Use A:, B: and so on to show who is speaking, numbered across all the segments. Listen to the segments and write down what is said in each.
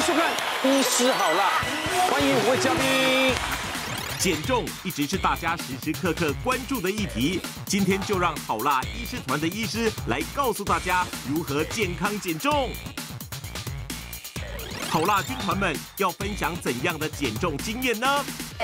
A: 收看《医师好辣》，欢迎五位嘉宾。
B: 减重一直是大家时时刻刻关注的议题，今天就让好辣医师团的医师来告诉大家如何健康减重。好辣军团们要分享怎样的减重经验呢？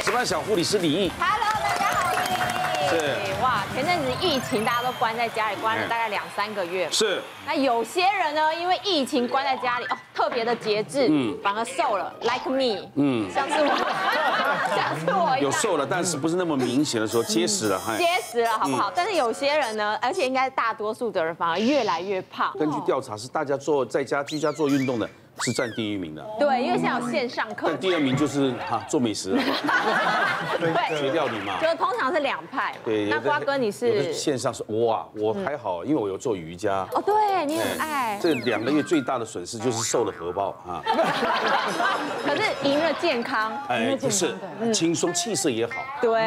A: 值班小护理师李毅，
C: Hello，大家好，我是李
A: 是
C: 毅。哇，前阵子疫情大家都关在家里，关了大概两三个月。
A: 嗯是
C: 那有些人呢，因为疫情关在家里，哦，特别的节制，
A: 嗯
C: 反而瘦了，like me，嗯，像是 我，像是我一
A: 有
C: 样。
A: 瘦了，哎但是不是那么明显的说结实了，嗨。
C: 结实了，好不好？
A: 嗯
C: 但是有些人呢，而且应该是大多数的人反而越来越胖。哦
A: 根据调查是大家做在家居家做运动的是占第一名的，
C: 对，因为现在有线上课
A: 但，第二名就是哈、啊、做美食了，学
C: 对，
A: 料理嘛。
C: 就是通常是两派嘛。
A: 对，
C: 那
A: 有的
C: 瓜哥你
A: 有的
C: 是？嗯
A: 线上说哇，我还好，因为我有做瑜伽。
C: 哦，对你很爱。
A: 这两个月最大的损失就是瘦了荷包啊，
C: 可是赢了健康，嗯
A: 哎，不是哎轻松，气色也好。
C: 对，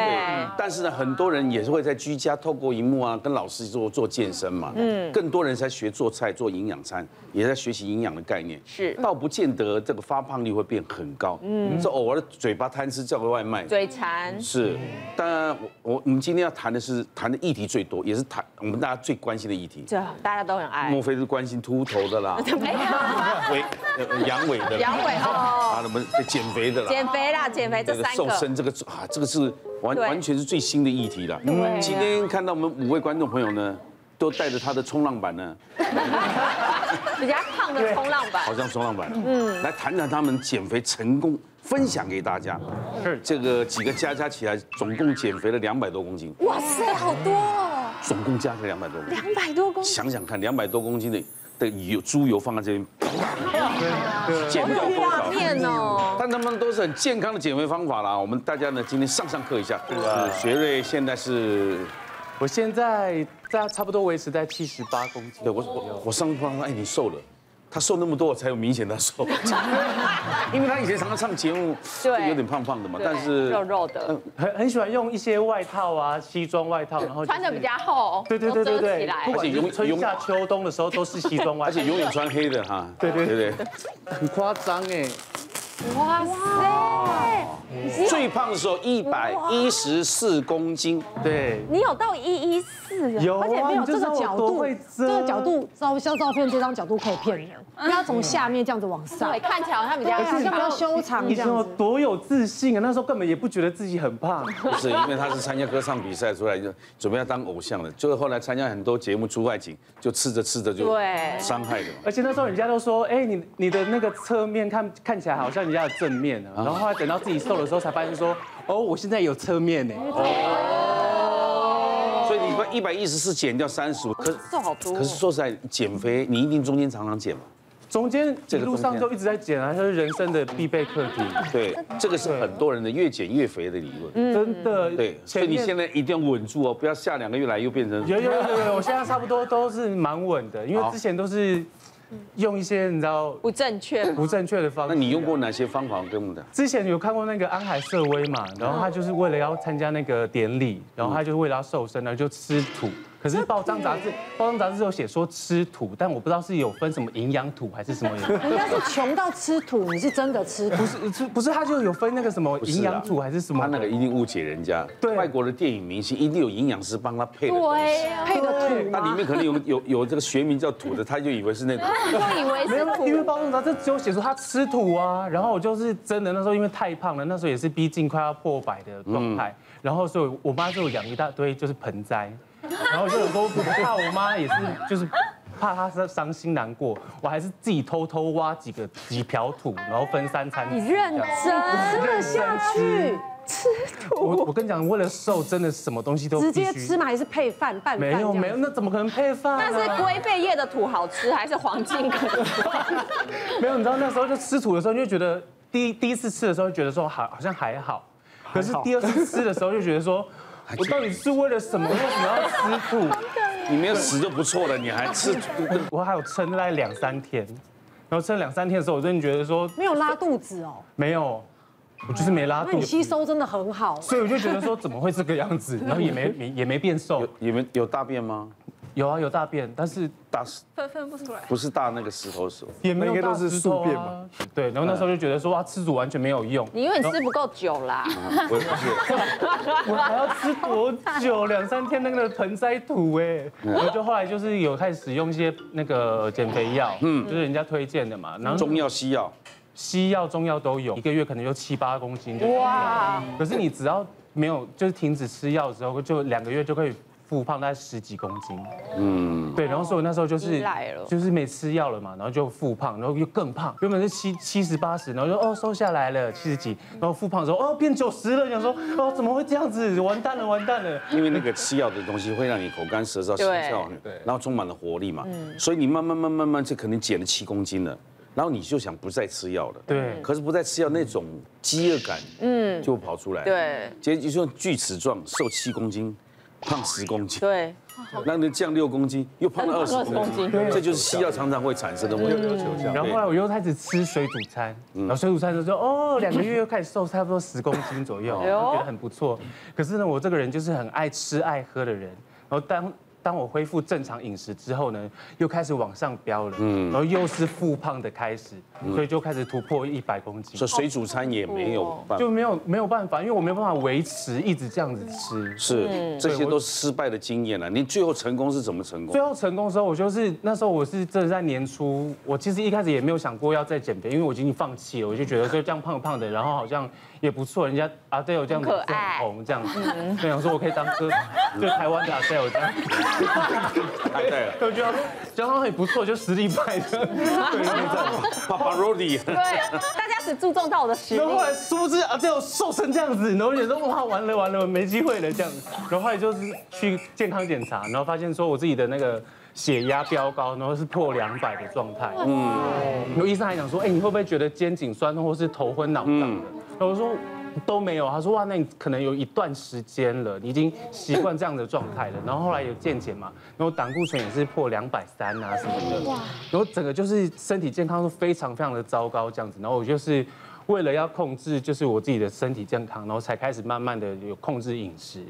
A: 但是呢，很多人也是会在居家透过荧幕啊，跟老师做做健身嘛。嗯，更多人在学做菜、做营养餐，也在学习营养的概念。
C: 是
A: 倒不见得这个发胖率会变很高。嗯，这偶尔嘴巴贪吃叫个外卖。
C: 嘴馋，
A: 是，当然我我我们今天要谈的是谈的议题最多，也是谈我们大家最关心的议题。
C: 这大家都很爱
A: 莫。非是关心秃头 的啦，
C: 哎呀
A: 尾呃阳痿的啦，
C: 阳痿哦
A: 啊，什么减肥的啦，
C: 减肥啦，减肥这
A: 这个
C: 三
A: 瘦
C: 个，
A: 身这个啊，这个是完
C: 对啊
A: 完全是最新的议题了。嗯今天看到我们五位观众朋友呢，都带着他的冲浪板呢，
C: 比较胖的冲浪板
A: 好，像冲浪板，嗯，来谈谈他们减肥成功，分享给大家。
D: 是
A: 这个几个加加起来，总共减肥了两百多公斤，
C: 哇塞，好多哦，
A: 总共加起来两百多公斤。
C: 两百多公斤，
A: 想想看，两百多公斤的的油猪油放在这边， 减
C: 好
A: 掉
C: 有
A: 多
C: 画
A: 少？
C: 面哦。
A: 但他们都是很健康的减肥方法啦。我们大家呢，今天上上课一下。对啊，学瑞现在是
D: 我现在在差不多维持在七十八公斤。
A: 对我我我上次帮他说，哎，你瘦了。他瘦那么多，我才有明显他瘦， 因为他以前常常上节目，
C: 对
A: 就有点胖胖的嘛，
C: 对
A: 但是
C: 肉肉的
A: 嗯
D: 很很喜欢用一些外套啊，西装外套，然后就是
C: 穿的比较厚，
D: 对对对对
C: 都遮起
D: 对，不
C: 来，
D: 管是春夏秋冬的时候都是西装外
A: 而
D: 套
A: 且，永远穿黑的哈，
D: 对对
A: 对不
D: 很夸张哎。
C: 哇塞，
A: 对？最胖的时候一百一十四公斤，
D: 对，
C: 你
E: 哦
C: 有到一一四，
D: 有
E: 而且
D: 啊，
E: 没有
D: 你就
E: 这
D: 知
E: 个
D: 道
E: 角
D: 我多
E: 度
D: 会，
E: 这
D: 遮
E: 个角，度照像照片这张角度可以骗人，要从下面这样子往上
C: 对，，看起来好像比较
E: 对，好像比较修长
D: 以
E: 这
D: 前我
E: 样子。
D: 多有自信啊，那时候根本也不觉得自己很胖。
A: 不是因为他是参加歌唱比赛出来就准备要当偶像的，就是后来参加很多节目出外景，就吃着吃着就
C: 对
A: 伤害的嘛。
D: 而且那时候人家都说，哎、你你的那个侧面看看起来好像人家的正面啊，然后后来等到自己瘦的时候，才发现说，哦，我现在有侧面呢。欸
A: 所以你把一百一十四减掉三十五，可
C: 瘦好多哦
A: 可是说实在，减肥你一定中间常常减嘛。
D: 中间一
A: 个
D: 路上都一直在减啊，它是人生的必备课题，
C: 嗯
A: 对，这个是很多人的越减越肥的理论。
E: 嗯
D: 真的。
A: 对，所以
D: 前
A: 你
D: 面
A: 现在一定要稳住哦，不要下两个月来又变成。
D: 有有有有有，我现在差不多都是蛮稳的，因
A: 好
D: 为之前都是用一些你知道
C: 不正确，
D: 不正确的方
A: 那
D: 式。
A: 你用过哪些方法跟我们啊讲？
D: 之前有看过那个安海瑟薇嘛，然后她就是为了要参加那个典礼，然后她就是为了要瘦身，然后就吃土。可是报章杂志，报章杂志有写说吃土，但我不知道是有分什么营养土还是什么，
E: 人家是穷到吃土，你是真的吃土
D: 不。是是不是他就有分那个什么
A: 是啊
D: 营养土还是什
A: 他
D: 么
A: 那个一定误解人家。
D: 对
A: 外国的电影明星一定有营养师帮他配的东西。
C: 对啊呀，
E: 配的土啊
A: 那里
E: 吗？
A: 面可能有有有这个学名叫土的，他就以为是那个。
C: 都以为是
D: 没有，因为
C: 土，
D: 包装杂志只有写说他吃土啊，然后我就是真的那时候因为太胖了，那时候也是逼近快要破百的状态，
C: 嗯
D: 然后所以我妈就养一大堆就是盆栽，然后我就有时候怕我妈也是就是怕她伤伤心难过，我还是自己偷偷挖几个几瓢土，然后分三餐吃。
C: 你认真，
E: 吃得下去，
D: 我我跟你讲，为了瘦真的什么东西都
E: 直
D: 必
E: 接
D: 须
E: 吃。嘛？还是配饭拌饭？
D: 没有没有，，那怎么可能配饭、啊？
C: 但是龟背叶的土好吃，还是黄金可能
D: 没有，你知道那时候就吃土的时候，你就觉得第一第一次吃的时候觉得说好好像还好，可是第二次吃的时候就觉 得说，我到底是为了什么？为什么要吃土？
A: 你没有死就不错了，你还吃土。
D: 我还有撑了两三天，然后撑了两三天的时候，我真的觉得说
E: 没有拉肚子哦。
D: 没有，我就是没拉
E: 那
D: 肚
E: 你吸
D: 子，
E: 收真的很好，
D: 所以我就觉得说怎么会这个样子？然后也没没也没变瘦，
A: 你们有大便吗？
D: 有啊，有大便，但是
A: 大石
F: 分分不出来。
A: 不是大那个石头手，
D: 也没有
G: 那应该
D: 大
G: 都是
D: 石头
G: 宿便
D: 啊
G: 吧。
D: 对，然后那时候就觉得说哇，吃土完全没有用，
C: 你因为你吃不够久啦，
A: 我也不是。
D: 我还要吃多 久？两三天那个盆栽土哎，我就后来就是有开始使用一些那个减肥药，嗯，就是人家推荐的嘛，然后
A: 中药西药，
D: 西药、中药都有，一个月可能就七八公斤就。
C: 哇，
D: 可是你只要没有就是停止吃药之后，就两个月就可以复胖大概十几公斤。嗯，对，然后所以我那时候就是
C: 依赖了
D: 就是没吃药了嘛，然后就复胖，然后又更胖，原本是七七十八十，然后就哦瘦下来了七十几，然后复胖的时候哦变九十了，想说哦怎么会这样子，完蛋了完蛋了。
A: 因为那个吃药的东西会让你口干舌燥、心跳，然后充满了活力嘛，所以你慢慢慢慢慢，这可能减了七公斤了，然后你就想不再吃药了，
D: 对
A: 可是不再吃药那种饥饿感，嗯，就跑出来，，
C: 对
A: 结局就锯齿状，瘦七公斤，胖十公斤，
C: 对，
A: 那你降六公斤，又胖了二十
C: 20
A: 公
C: 公
A: 斤
C: 斤，
A: 这就是西药常常会产生的问题。
D: 嗯然后后来我又开始吃水煮餐，
A: 嗯
D: 然后水煮餐就说哦，两个月又开始瘦差不多十公斤左
A: 哦
D: 右，我
C: 呦
D: 觉得很不错。可是呢，我这个人就是很爱吃爱喝的人，然后当。当我恢复正常饮食之后呢，又开始往上飙了，
A: 嗯
D: 然后又是复胖的开始，所以就开始突破一百公斤，
A: 所以水煮餐也没有办法
D: 就，没有没有办法，因为我没有办法维持一直这样子吃，
A: 是这些都是失败的经验了。你最后成功是怎么成功
D: 最？后成功的时候，我就是那时候我是真的在年初，我其实一开始也没有想过要再减肥，因为我已经放弃了，我就觉得就这样胖胖的，然后好像也不错，人家阿 d e 这样子
C: 很可 爱
D: 很红这样子，就想说我可以当歌，就台湾的阿 d e 这样，
A: 太带了
D: 就觉得相当也不错，就实力派的。
A: ，Paparodi。
C: 对，大家只注重到我的实力
D: 然，后后来殊不知阿 d e 瘦成这样子，然后我就觉得哇完了完了，没机会了这样 子。然后后来就是去健康检查，然后发现说我自己的那个血压飙高，然后是破两百的状态。有医生还讲说，哎、你会不会觉得肩颈酸痛或是头昏脑胀的？然后我说都没有。他说哇，那你可能有一段时间了，你已经习惯这样的状态了。然后后来有健检嘛，然后胆固醇也是破两百三啊什么的，然后整个就是身体健康都非常非常的糟糕这样子。然后我就是。为了要控制，就是我自己的身体健康，然后才开始慢慢的有控制饮食。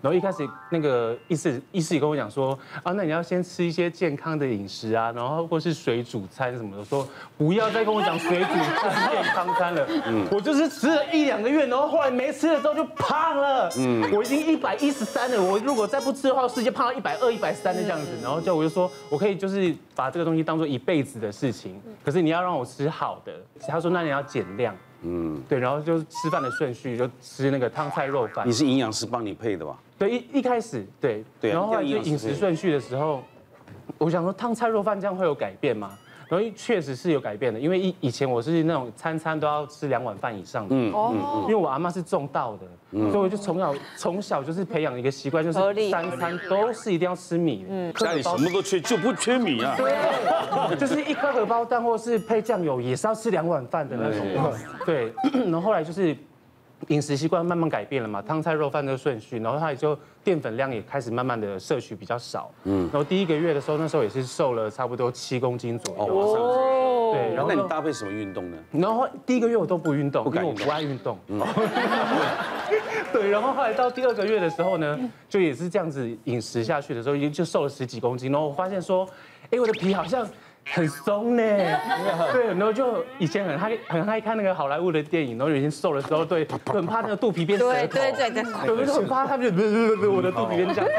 D: 然后一开始那个医师医师也跟我讲说啊，那你要先吃一些健康的饮食啊，然后或是水煮餐什么的，说不要再跟我讲水煮餐、健康餐了。我就是吃了一两个月，然后后来没吃了之后就胖了。嗯，我已经一百一十三了，我如果再不吃的话，世界胖到一百二、一百三的这样
H: 嗯
D: 子。然后就我就说，我可以就是把这个东西当做一辈子的事情，可是你要让我吃好的。他说那你要减量。嗯，对，然后就是吃饭的顺序，就吃那个汤菜肉饭
A: 你。是营养师帮你配的吧？
D: 对，一一开始对
A: 对啊
D: 然后后来
A: 一定
D: 就
A: 要
D: 饮
A: 饮
D: 食
A: 食
D: 顺序的时候，我想说烫菜肉饭这样会有改变吗？然后确实是有改变的，因为以以前我是那种餐餐都要吃两碗饭以上的，嗯，
C: 哦
D: 因为我阿妈是种稻的，
A: 嗯
D: 所以我就从小从小就是培养一个习惯，就
C: 合
D: 是
C: 理
D: 三餐都是一定要吃米，嗯，
A: 家里什么都缺，就不缺米啊。
D: 就是一颗荷包蛋或是配酱油，也是要吃两碗饭的那种。对， 然后后来就是饮食习惯慢慢改变了嘛，汤菜肉饭的顺序，然后后来就淀粉量也开始慢慢的摄取比较少。嗯，然后第一个月的时候，那时候也是瘦了差不多七公斤左
A: 哦，
D: 右。
A: 马上。
D: 对，然
A: 那你
D: 后。
A: 搭配什么运动呢？
D: 然后第一个月我都不运动，
A: 不
D: 因
A: 敢
D: 为
A: 运
D: 我
A: 动嗯
D: 不爱运动。 对，然后后来到第二个月的时候呢，就也是这样子饮食下去的时候，也就瘦了十几公斤。然后我发现说，哎，我的皮好像很 松呢。对，然后就以前很爱很爱看那个好莱坞的电影，然后有一天瘦了之后，对，很怕那个肚皮变舌头。
C: 对对对对，
D: 有的时候很怕他们就我的肚皮变这样，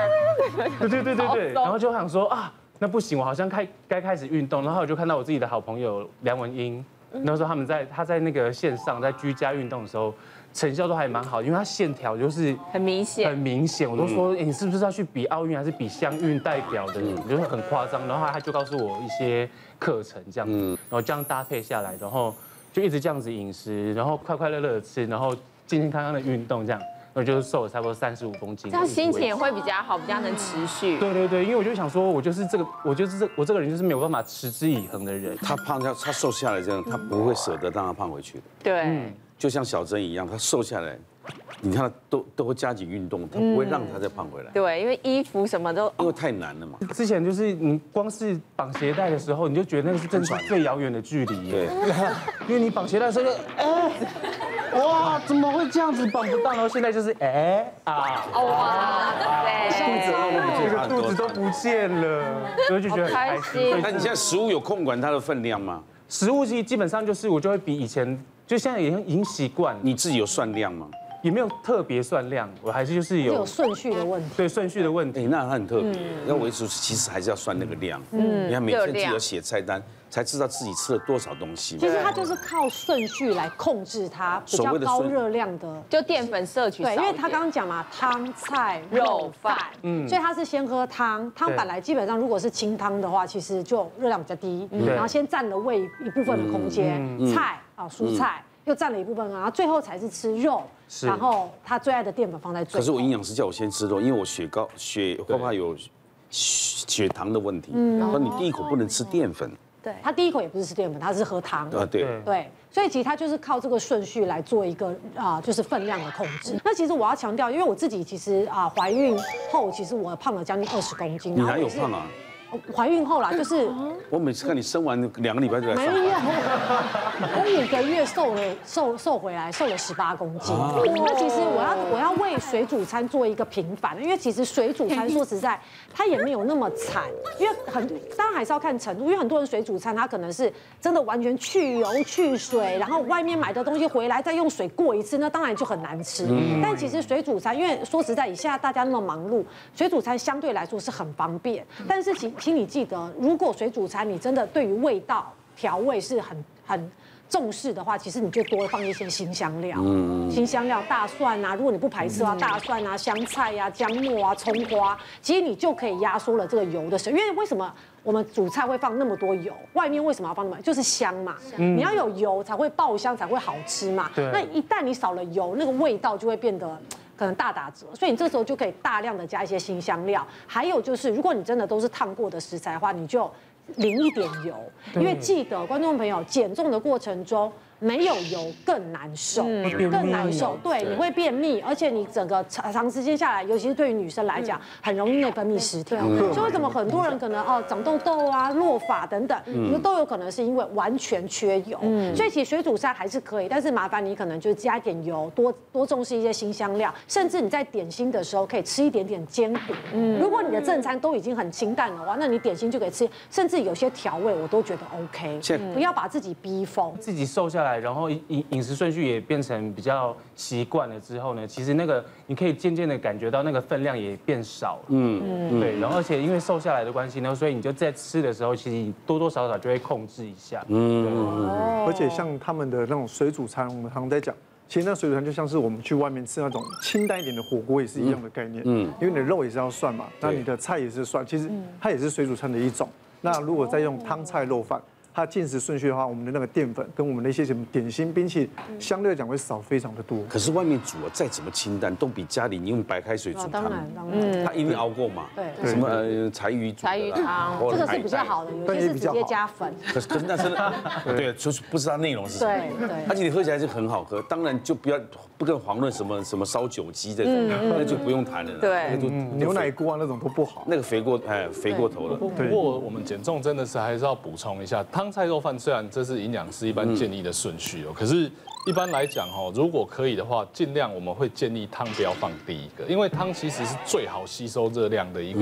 D: 对对对对对，然后就想说啊，那不行，我好像开该开始运动，然后我就看到我自己的好朋友梁文英，
C: 嗯
D: 那时候他们在他在那个线上在居家运动的时候，成效都还蛮好，因为他线条就是
C: 很明
D: 很
C: 显，嗯
D: 明显，我都说、诶你是不是要去比奥运还是比乡运代表的，就是很夸张。然后他就告诉我一些课程这样，然后这样搭配下来，然后就一直这样子饮食，然后快快乐乐的吃，然后健健康康的运动这样，然后就瘦了差不多三十五公斤。
C: 这样心情也会比较好，比较能持续。
D: 对对对，因为我就想说，我就是这个，我就是这，我这个人就是没有办法持之以恒的人。
A: 他胖，他他瘦下来这样，他不会舍得让他胖回去的。
I: 嗯
C: 对，
A: 就像小珍一样，她瘦下来，你看她都都会加紧运动，她不会让她再胖回来，
C: 对，因为衣服什么 都
A: 因为太难了嘛。
D: 之前就是你光是绑鞋带的时候，你就觉得那个是真是最遥远的距离耶。
A: 对，
D: 因为你绑鞋带的时候就，哎、哇，怎么会这样子绑不到？然后现在就是，哎、啊，
C: 哇塞，
D: 这个肚子都不见了，所以就觉得很开
C: 好开
D: 心。
C: 心
D: 所以
A: 那你现在食物有控管它的分量吗？
D: 食物其实基本上就是我就会比以前，就现在已经已经习惯了，
A: 你自己有算量吗？
D: 也没有特别算量，我还是就是
E: 有
D: 有
E: 顺序的问题。
D: 对顺序的问题。
A: 哎，那它很特别，要维持其实还是要算那个量，嗯，你看每天自己有写菜单，才知道自己吃了多少东西嘛
E: 其。实它就是靠顺序来控制它比
A: 所
E: 较
A: 谓的
E: 高
A: 顺
E: 热量的。
C: 就淀粉摄取少
E: 对，
C: 一
E: 因
C: 点
E: 为他刚刚讲嘛，汤菜
C: 肉
E: 肉
C: 饭
E: 饭，嗯，所以他是先喝汤，汤
D: 对
E: 本来基本上如果是清汤的话，其实就热量比较低，
A: 嗯
E: 然后先占了胃一部分的空间，菜啊
A: 嗯
E: 蔬菜又占了一部分，然后最后才是吃肉，
D: 是
E: 然后他最爱的淀粉放在最
A: 可
E: 后。
A: 是我营养师叫我先吃肉，因为我血高血会怕有血血糖的问题，
E: 嗯
A: 他说你第一口不能吃淀粉
C: 对
E: 他第一口也不是吃淀粉，他是喝汤，
A: 啊，对。
D: 对
E: 对，所以其实它就是靠这个顺序来做一个啊、就是分量的控制。那其实我要强调，因为我自己其实啊、怀孕后，其实我胖了将近二十公斤。
A: 你
E: 然后
A: 哪有
E: 我是
A: 胖啊？
E: 我怀孕后啦，就是
A: 我每次看你生完两个礼拜就来
E: 没
A: 上
E: 有，
A: 班，
E: 我五个月瘦了瘦瘦回来，瘦了十八公斤。那其实我要我要为水煮餐做一个平反，因为其实水煮餐说实在，它也没有那么惨，因为很当然还是要看程度，因为很多人水煮餐它可能是真的完全去油去水，然后外面买的东西回来再用水过一次，那当然就很难吃。但其实水煮餐，因为说实在，以现在大家那么忙碌，水煮餐相对来说是很方便。但是请请你记得，如果水煮餐你真的对于味道调味是很很重视的话，其实你就多放一些新香料，新香料、大蒜啊，如果你不排斥啊，大蒜啊、香菜呀、啊、姜末啊、葱花，其实你就可以压缩了这个油的水。因为为什么我们煮菜会放那么多油？外面为什么要放那么多？就是香嘛，你要有油才会爆香，才会好吃嘛。
D: 对
E: 那一旦你少了油，那个味道就会变得。可能大打折，所以你这时候就可以大量的加一些新香料。还有就是，如果你真的都是烫过的食材的话，你就淋一点油，因为记得观众朋友减重的过程中没有油更难受，
D: 便秘
E: 更难受。对，你会便秘，而且你整个长长时间下来，尤其是对于女生来讲，很容易内分泌失调。所以为什么很多人可能哦长痘痘啊、落发等等，你都有可能是因为完全缺油。所以其实水煮餐还是可以，但是麻烦你可能就加一点油，多多重视一些新香料，甚至你在点心的时候可以吃一点点坚果。
C: 嗯
E: 如果你的正餐都已经很清淡了哇，那你点心就可以吃，甚至有些调味我都觉得 OK，
A: 现在
E: 不要把自己逼疯。
D: 自己瘦下来，然后饮饮饮食顺序也变成比较习惯了之后呢，其实那个你可以渐渐的感觉到那个分量也变少了，嗯，对，然后而且因为瘦下来的关系呢，所以你就在吃的时候，其实你多多少少就会控制一下，嗯，
F: 而且像他们的那种水煮餐，我们常在讲，其实那水煮餐就像是我们去外面吃那种清淡一点的火锅也是一样的概念。嗯，因为你的肉也是要涮嘛，那你的菜也是涮，其实它也是水煮餐的一种。那如果再用汤菜肉饭，它进食顺序的话，我们的那个淀粉跟我们的一些什么点心、冰淇淋，相对来讲会少非常的多。
A: 可是外面煮啊，再怎么清淡，都比家里你用白开水煮
E: 啊，当，
A: 汤
E: 然当然，嗯
A: 它一定熬过嘛。
E: 对
A: 什么呃柴鱼煮的啦
C: 柴鱼汤
A: 或
E: 这
A: 者
E: 个是比较
A: 海带
E: 好的，有
F: 对
E: 些
F: 也
E: 是
F: 比
E: 直
F: 较
E: 接
F: 好
E: 加粉。
A: 可是可是那真的，对，就是不知道内容是什么。
E: 对对
A: 而且你喝起来是很好喝，当然就不要不跟遑论什么什么烧酒鸡这种，
E: 嗯
A: 那就不用谈了啦。
C: 对
A: 那就
D: 嗯
F: 牛奶锅啊那种都不好。
A: 那个肥过哎肥过头了。
F: 对
G: 不过我们减重真的是还是要补充一下，汤菜肉饭虽然这是营养师一般建议的顺序哦，可是一般来讲哦，如果可以的话，尽量我们会建议汤不要放第一个，因为汤其实是最好吸收热量的一个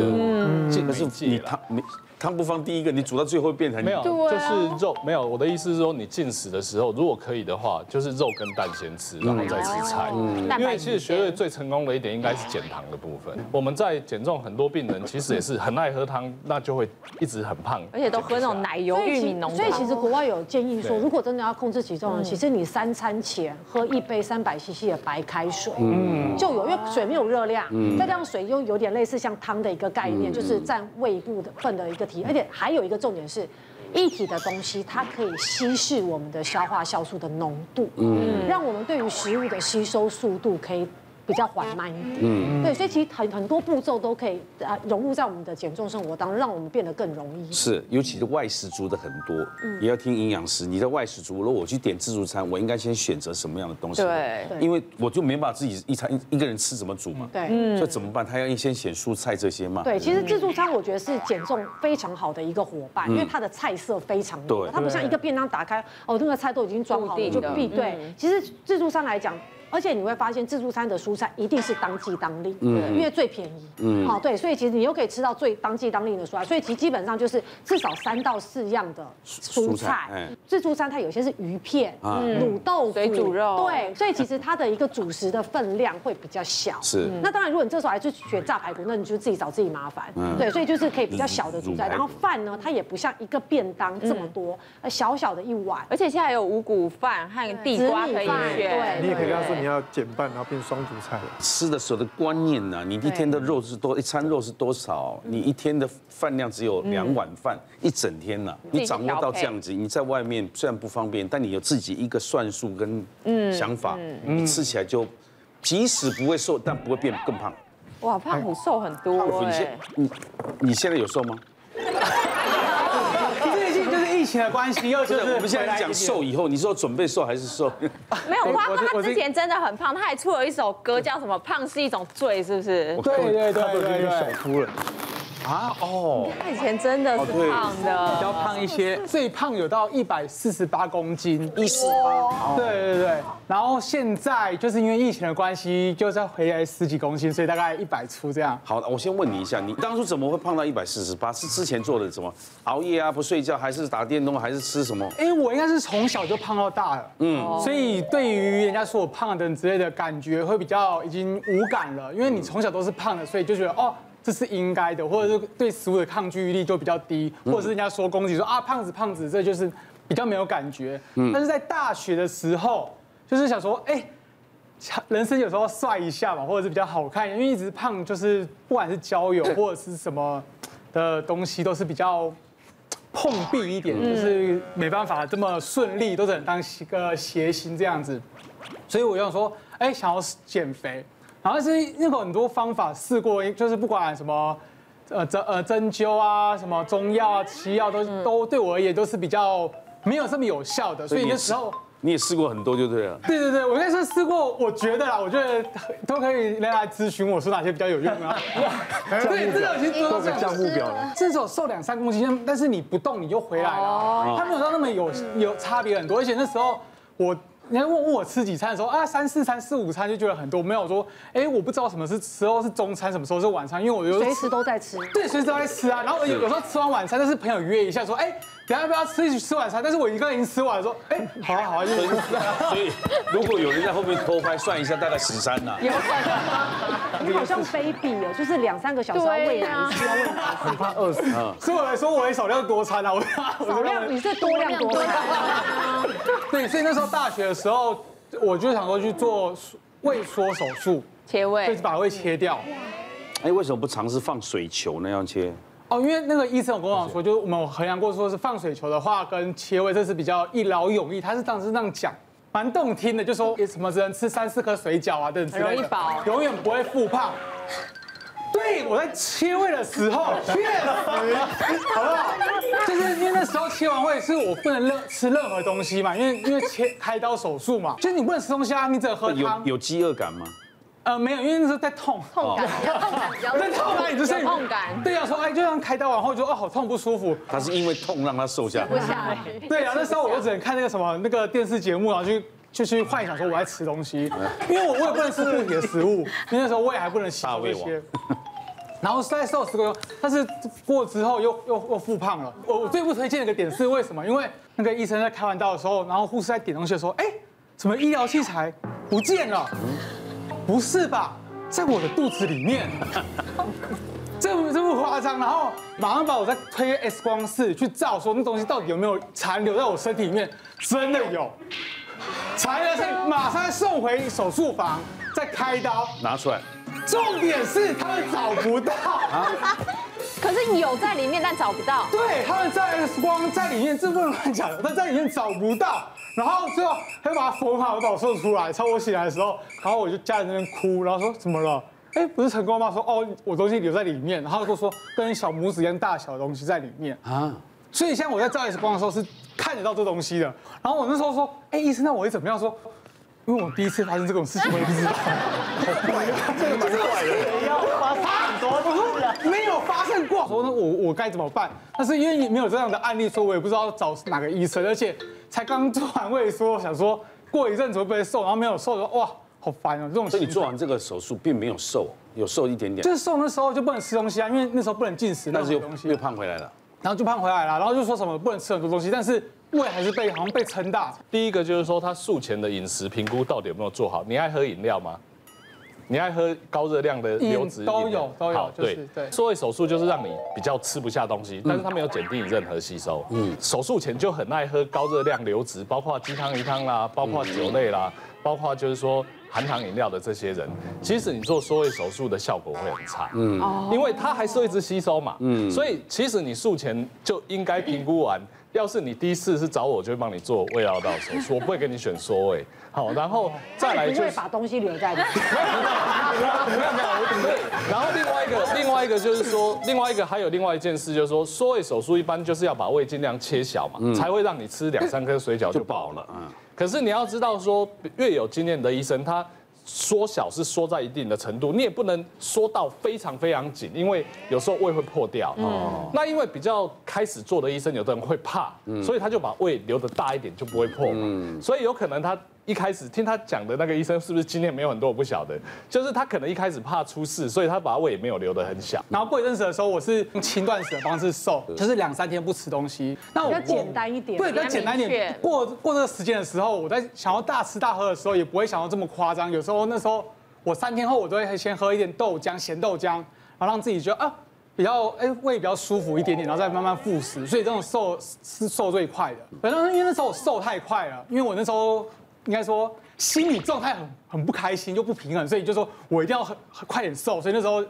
G: 进
A: 可是
G: 媒介
A: 你
G: 啦
A: 汤嗯你汤不放第一个，你煮到最后变成
G: 没有，
C: 对
G: 就
C: 啊
G: 是肉没有。我的意思是说，你进食的时候，如果可以的话，就是肉跟蛋先吃，然后再吃菜。
A: 嗯
C: 蛋
G: 因
C: 白
G: 为
C: 质
G: 其实学会最成功的一点，应该是减糖的部分。我们在减重，很多病人其实也是很爱喝汤，那就会一直很胖，
C: 而且都喝那种奶油
E: 所以
C: 玉
E: 其
C: 米浓嗯
E: 所以其
C: 汤
E: 实国外有建议说，
G: 对
E: 如果真的要控制体重呢，其实你三餐前喝一杯三百 CC 的白开水，就有，因为水没有热量，再加上水又有点类似像汤的一个概念，就是占胃部的份的一个体，而且还有一个重点是。液体的东西，它可以稀释我们的消化酵素的浓度，嗯，让我们对于食物的吸收速度可以比较缓慢一点。嗯，对，所以其实很很多步骤都可以啊融入在我们的减重生活当中，让我们变得更容易。
A: 是，尤其是外食族的很多，
E: 嗯
A: 也要听营养师。你在外食族，如果我去点自助餐，我应该先选择什么样的东西？
C: 对
A: 因为我就没办法自己一餐一个人吃怎么煮嘛。
E: 对
A: 所以怎么办？他要先选蔬菜这些嘛。
E: 对，
C: 嗯
E: 其实自助餐我觉得是减重非常好的一个伙伴，因为它的菜色非常多
A: 嗯对，
E: 它不像一个便当打开，哦，那个菜都已经装好
C: 固
E: 了，
C: 定
E: 就
C: 的嗯
E: 必对。其实自助餐来讲。而且你会发现，自助餐的蔬菜一定是当季当令，
A: 嗯
E: 因为最便宜。嗯，好，对，所以其实你又可以吃到最当季当令的蔬菜，所以其实基本上就是至少三到四样的
A: 蔬
E: 蔬
A: 菜
E: 菜
A: 哎。
E: 自助餐它有些是鱼片、
A: 啊
E: 卤豆腐、
C: 嗯水煮肉
E: 对，所以其实它的一个主食的分量会比较小。
A: 是
E: 那当然，如果你这时候还是选炸排骨，那你就自己找自己麻烦。对，所以就是可以比较小的主
A: 卤
E: 菜，
A: 排骨
E: 然后饭呢，它也不像一个便当这么多，呃小小的一碗。
C: 嗯而且现在有五谷饭和地瓜可以选，
G: 你也可以跟他说你要减半，然后变双主菜。
A: 吃的时候的观念呢、你一天的肉是多，一餐肉是多少？你一天的饭量只有两碗饭，一整天呢、你掌握到这样子，你在外面虽然不方便，但你有自己一个算术跟想法，你吃起来就即使不会瘦，但不会变更胖。
C: 哇，胖虎瘦很多
A: 你
C: 哎
A: 现。你你现在有瘦 吗？
H: 最近就是疫情的关系，又
A: 不，
H: 就是是
A: 我们现在讲瘦以后，你是说准备瘦还是瘦？
C: 没有，
H: 我
C: 花花
H: 是
C: 他
H: 我是
C: 之前真的很胖，他还出了一首歌叫什么“胖是一种罪”，是不是？
H: 对 对对
G: 他都已经
H: 对
G: 变小
H: 对，
G: 夫了，
H: 啊哦，
C: 他以前真的是
A: 对
C: 胖的
H: 比，较胖一些，最胖有到一百四十八公斤，
A: 一四八，
H: 对对对，然后现在就是因为疫情的关系，就再回来十几公斤，所以大概一百出这样。
A: 好了，我先问你一下，你当初怎么会胖到一百四十八？是之前做的什么熬夜啊，不睡觉，还是打电动，还是吃什么？
H: 哎，我应该是从小就胖到大了，嗯，所以对于人家说我胖等之类的感觉哦会比较已经无感了，因为你从小都是胖的，所以就觉得哦。这是应该的，或者是对食物的抗拒力就比较低，或者是人家说攻击说啊胖子胖子，这就是比较没有感觉。但是在大学的时候，就是想说，哎，人生有时候帅一下嘛，或者是比较好看，因为一直胖就是不管是交友或者是什么的东西，都是比较碰壁一点，就是没办法这么顺利，都只能当一个谐星这样子。所以我就想说，哎、想要减肥，然后是那个很多方法试过，就是不管什么。呃针呃针灸啊，什么中药啊、西药都都对我而言都是比较没有这么有效的，所以
A: 你
H: 那
A: 也
H: 时候
A: 试你也试过很多就对了。
H: 对对对，我那时候试过，我觉得啦，我觉得都可以来来咨询我说哪些比较有用 啊。对，真的已经做
G: 做
H: 到这
G: 个
H: 样
G: 账
H: 子，
G: 户表了。
H: 至少瘦两三公斤，但是你不动你就回来
E: 哦
H: 了，它没有到那么有有差别很多，而且那时候我。人家问问我吃几餐的时候啊，三四餐、四五餐就觉得很多，没有说，哎，我不知道什么是时候是中餐，什么时候是晚餐，因为我有
E: 随时都在吃，
H: 对，随时都在吃啊。然后有有时候吃完晚餐，就是朋友约一下说，哎、等一下要不要吃一起吃晚餐？但是我一个人已经吃完了，说，哎、好啊好啊，就
A: 所以 所以如果有人在后面偷拍，算一下大概十三呐。
E: 你好像 baby 哦，就是两三个小时要喂奶
J: 啊
E: 一次，要喂奶一次。
G: 他二十，
H: 所以我来说，我也少量多餐啊，我 我
E: 少
H: 就
E: 量，你是多量多餐，
H: 对，所以那时候大学的时候，我就想说去做胃缩手术，
C: 切
H: 就
C: 胃
H: 是。把胃切掉。
A: 哎，为什么不尝试放水球那样切？
H: 哦，因为那个医生有跟我讲说，就是我们有衡量过，说是放水球的话跟切胃这是比较一劳永逸，他是当时这样讲。蛮动听的，就说什么只能吃三四颗水饺啊等等之类的，
C: 很容易饱
H: 永远不会复胖。对，我在切胃的时候，确实， 好不好？就是因为那时候切完胃，是我不能任吃任何东西嘛，因为因为切开刀手术嘛，就是你不能吃东西啊，你只能喝
A: 有
H: 汤。
A: 有饥饿感吗？
H: 呃，没有，因为那时候在痛，哦
C: 痛感，比较痛感，比较
H: 在痛啊，你就是
C: 有痛感。
H: 对啊，说哎，就像开刀完后就哦好痛不舒服，
A: 他是因为痛让他瘦下来。
H: 对啊，那时候我就只能看那个什么那个电视节目，然后去就去幻想说我在吃东西，
A: 嗯
H: 因为我我也不能吃固体的食物，因为 那时候胃还不能吸
A: 大
H: 收
A: 胃
H: 这
A: 王
H: 些。然后再瘦十公斤，但是过之后又又又复胖了。我我最不推荐的一个点是为什么？因为那个医生在开完刀的时候，然后护士在点东西的时候，哎，怎么医疗器材不见了？不是吧，在我的肚子里面。 这么这么夸张，然后马上把我再推 X 光室去照，说那东西到底有没有残留在我身体里面？真的有，残留在马上送回手术房，再开刀。
A: 拿出来，
H: 重点是他们找不到，
C: 可是有在里面，但找不到。
H: 对，他们在 X 光在里面，这不能乱讲，他在里面找不到，然后最后他就把它缝好，把我送出来。趁我醒来的时候，然后我就家人在那边哭，然后说怎么了？哎，不是成功吗？说哦，我东西留在里面，然后他跟我说跟小拇指一样大小的东西在里面啊。所以像我在照 X 光的时候是看得到这东西的。然后我那时候说，哎，医生，那我会怎么样？说，因为我第一次发生这种事情，我也不知道。我说没有发生过，我说那我我该怎么办？但是因为没有这样的案例，所以我也不知道找哪个医生，而且才刚做完胃缩，想说过一阵子会不会瘦，然后没有瘦，说哇好烦哦、这种
A: 所以
H: 心情
A: 你做完这个手术并没有瘦，有瘦一点点
H: 就，是瘦那时候就不能吃东西啊，因为那时候不能进食那
A: 但是
H: 种
A: 又
H: 东西
A: 又，胖回来了。
H: 然后就胖回来了，然后就说什么不能吃很多东西，但是胃还是被好像被撑大，
G: 第一个就是说，他术前的饮食评估到底有没有做好？你爱喝饮料吗？你爱喝高热量的流质饮料
H: 嗯都有都有
G: 好
H: 就是对
G: 缩胃手术就是让你比较吃不下东西，但是它没有减低你任何吸收。嗯，手术前就很爱喝高热量流质，包括鸡汤、鱼汤啦，包括酒类啦，包括就是说含糖饮料的这些人，其实你做缩胃手术的效果会很差。嗯，因为它还是会一直吸收嘛。嗯，所以其实你术前就应该评估完。要是你第一次是找我，我就会帮你做胃绕道手术，我不会给你选缩胃。好，然后再来
E: 不
G: 就
E: 会
G: 是。
E: 把东西留在里面。
G: 对，然后另外一个，另外一个就是说，另外一个还有另外一件事，就是说缩胃手术一般就是要把胃尽量切小嘛，才会让你吃两三颗水饺嗯就饱了。嗯，可是你要知道说，越有经验的医生，他缩小是缩在一定的程度，你也不能缩到非常非常紧，因为有时候胃会破掉。哦，那因为比较开始做的医生，有的人会怕，
A: 嗯
G: 所以他就把胃留的大一点，就不会破嘛。所以有可能他一开始听他讲的那个医生是不是经验没有很多，我不晓得。就是他可能一开始怕出事，所以他把胃也没有留得很小。
H: 然后过一阵子的时候，我是用轻断食的方式瘦，就是两三天不吃东西。那我
E: 比较简单一点
H: 对，比较简单
J: 比
H: 一
J: 较
H: 点
J: 明确。
H: 过过这个时间的时候，我在想要大吃大喝的时候，也不会想要这么夸张。有时候那时候我三天后，我都会先喝一点豆浆，咸豆浆，然后让自己觉得啊比较哎胃比较舒服一点点，然后再慢慢复食。所以这种瘦是瘦最快的。反正因为那时候我瘦太快了，因为我那时候应该说心理状态很很不开心，又不平衡，所以就说我一定要很很快点瘦。所以那时候。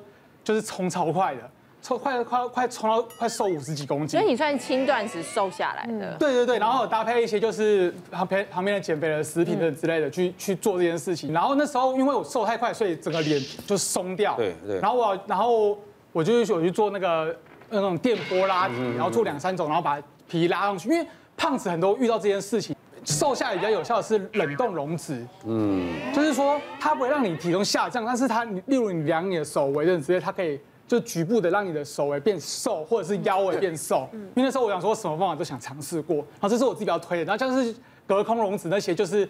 H: 就是冲超快的，冲快快快冲到快瘦五十几公斤
J: 所以。你算轻断食瘦下来
K: 嗯
J: 的。
H: 对对对，然后有搭配一些就是旁边旁边的减肥的食品等之类的
A: 嗯
H: 去去做这件事情。然后那时候因为我瘦太快，所以整个脸就松掉。
A: 对对
H: 然后我然后我就去我去做那个那种电波拉
A: 嗯
H: 提，然后做两三种，然后把皮拉上去。因为胖子很多遇到这件事情，瘦下来比较有效的是冷冻溶脂。
A: 嗯
H: 嗯就是说它不会让你体重下降，但是它，你例如你量你的手围的之类，它可以就局部的让你的手围变瘦，或者是腰围变瘦。
J: 嗯
H: 因为那时候我想说什么方法都想尝试过，然后这是我自己比较推的，然后像是隔空溶脂那些就是。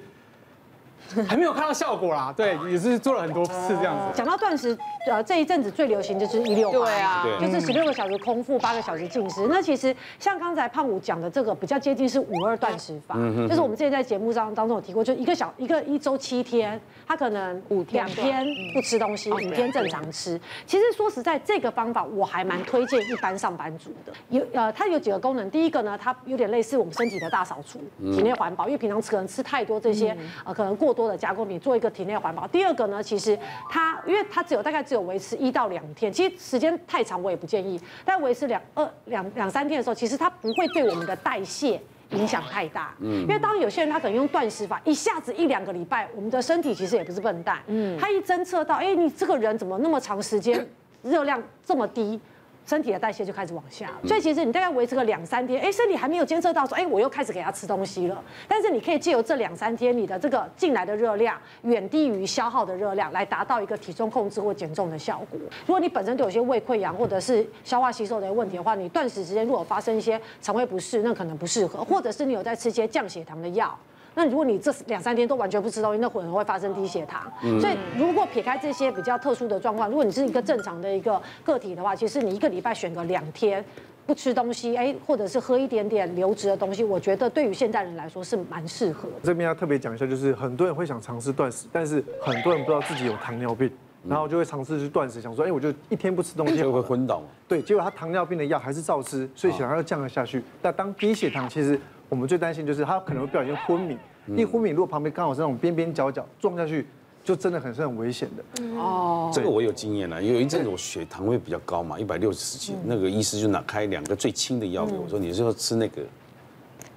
H: 还没有看到效果啦，对，也是做了很多次这样子。
E: 讲到断食，呃，这一阵子最流行就是一六八，
J: 对啊对
E: 就是十六个小时空腹，八个小时进食。那其实像刚才胖虎讲的这个，比较接近是五二断食法，就是我们之前在节目上当中有提过，就一个小一个一周七天，他可能五
J: 天
E: 两天不吃东
K: 哦
E: 西，五天正常吃。其实说实在，这个方法我还蛮推荐一般上班族的。有呃，它有几个功能，第一个呢，它有点类似我们身体的大扫除，体内环保，因为平常可能吃太多这些呃可能过多的加工品，做一个体内环保。第二个呢，其实它因为它只有大概只有维持一到两天，其实时间太长我也不建议，但维持两二两两三天的时候，其实它不会对我们的代谢。影响太大，嗯，因为当有些人他可能用断食法，一下子一两个礼拜，我们的身体其实也不是笨蛋，嗯，他一侦测到，哎，你这个人怎么那么长时间热量这么低，身体的代谢就开始往下了。所以其实你大概维持个两三天，哎，身体还没有监测到说，哎，我又开始给他吃东西了。但是你可以借由这两三天，你的这个进来的热量远低于消耗的热量，来达到一个体重控制或减重的效果。如果你本身就有一些胃溃疡或者是消化吸收的问题的话，你断食时间如果发生一些肠胃不适，那可能不适合，或者是你有在吃一些降血糖的药。那如果你这两三天都完全不吃东西，那可能会发生低血糖。所以如果撇开这些比较特殊的状况，如果你是一个正常的一个个体的话，其实你一个礼拜选个两天。不吃东西，哎，或者是喝一点点流质的东西，我觉得对于现代人来说是蛮适合的。
F: 这边要特别讲一下，就是很多人会想尝试断食，但是很多人不知道自己有糖尿病，然后就会尝试去断食，想说，哎，我就一天不吃东西好
A: 嗯哎就
F: 了，
A: 会昏倒。啊
F: 对，结果他糖尿病的药还是照吃，所以血糖又降了下去。那当低血糖，其实我们最担心就是他可能会不小心昏迷，
A: 嗯
F: 一昏迷如果旁边刚好是那种边边角角撞下去，就真的很是很危险的。
E: 哦
A: 这个我有经验了，啊有一阵子我血糖会比较高
E: 嗯
A: 嘛，一百六十几，那个医师就拿开两个最轻的药给我，说你是要吃那个。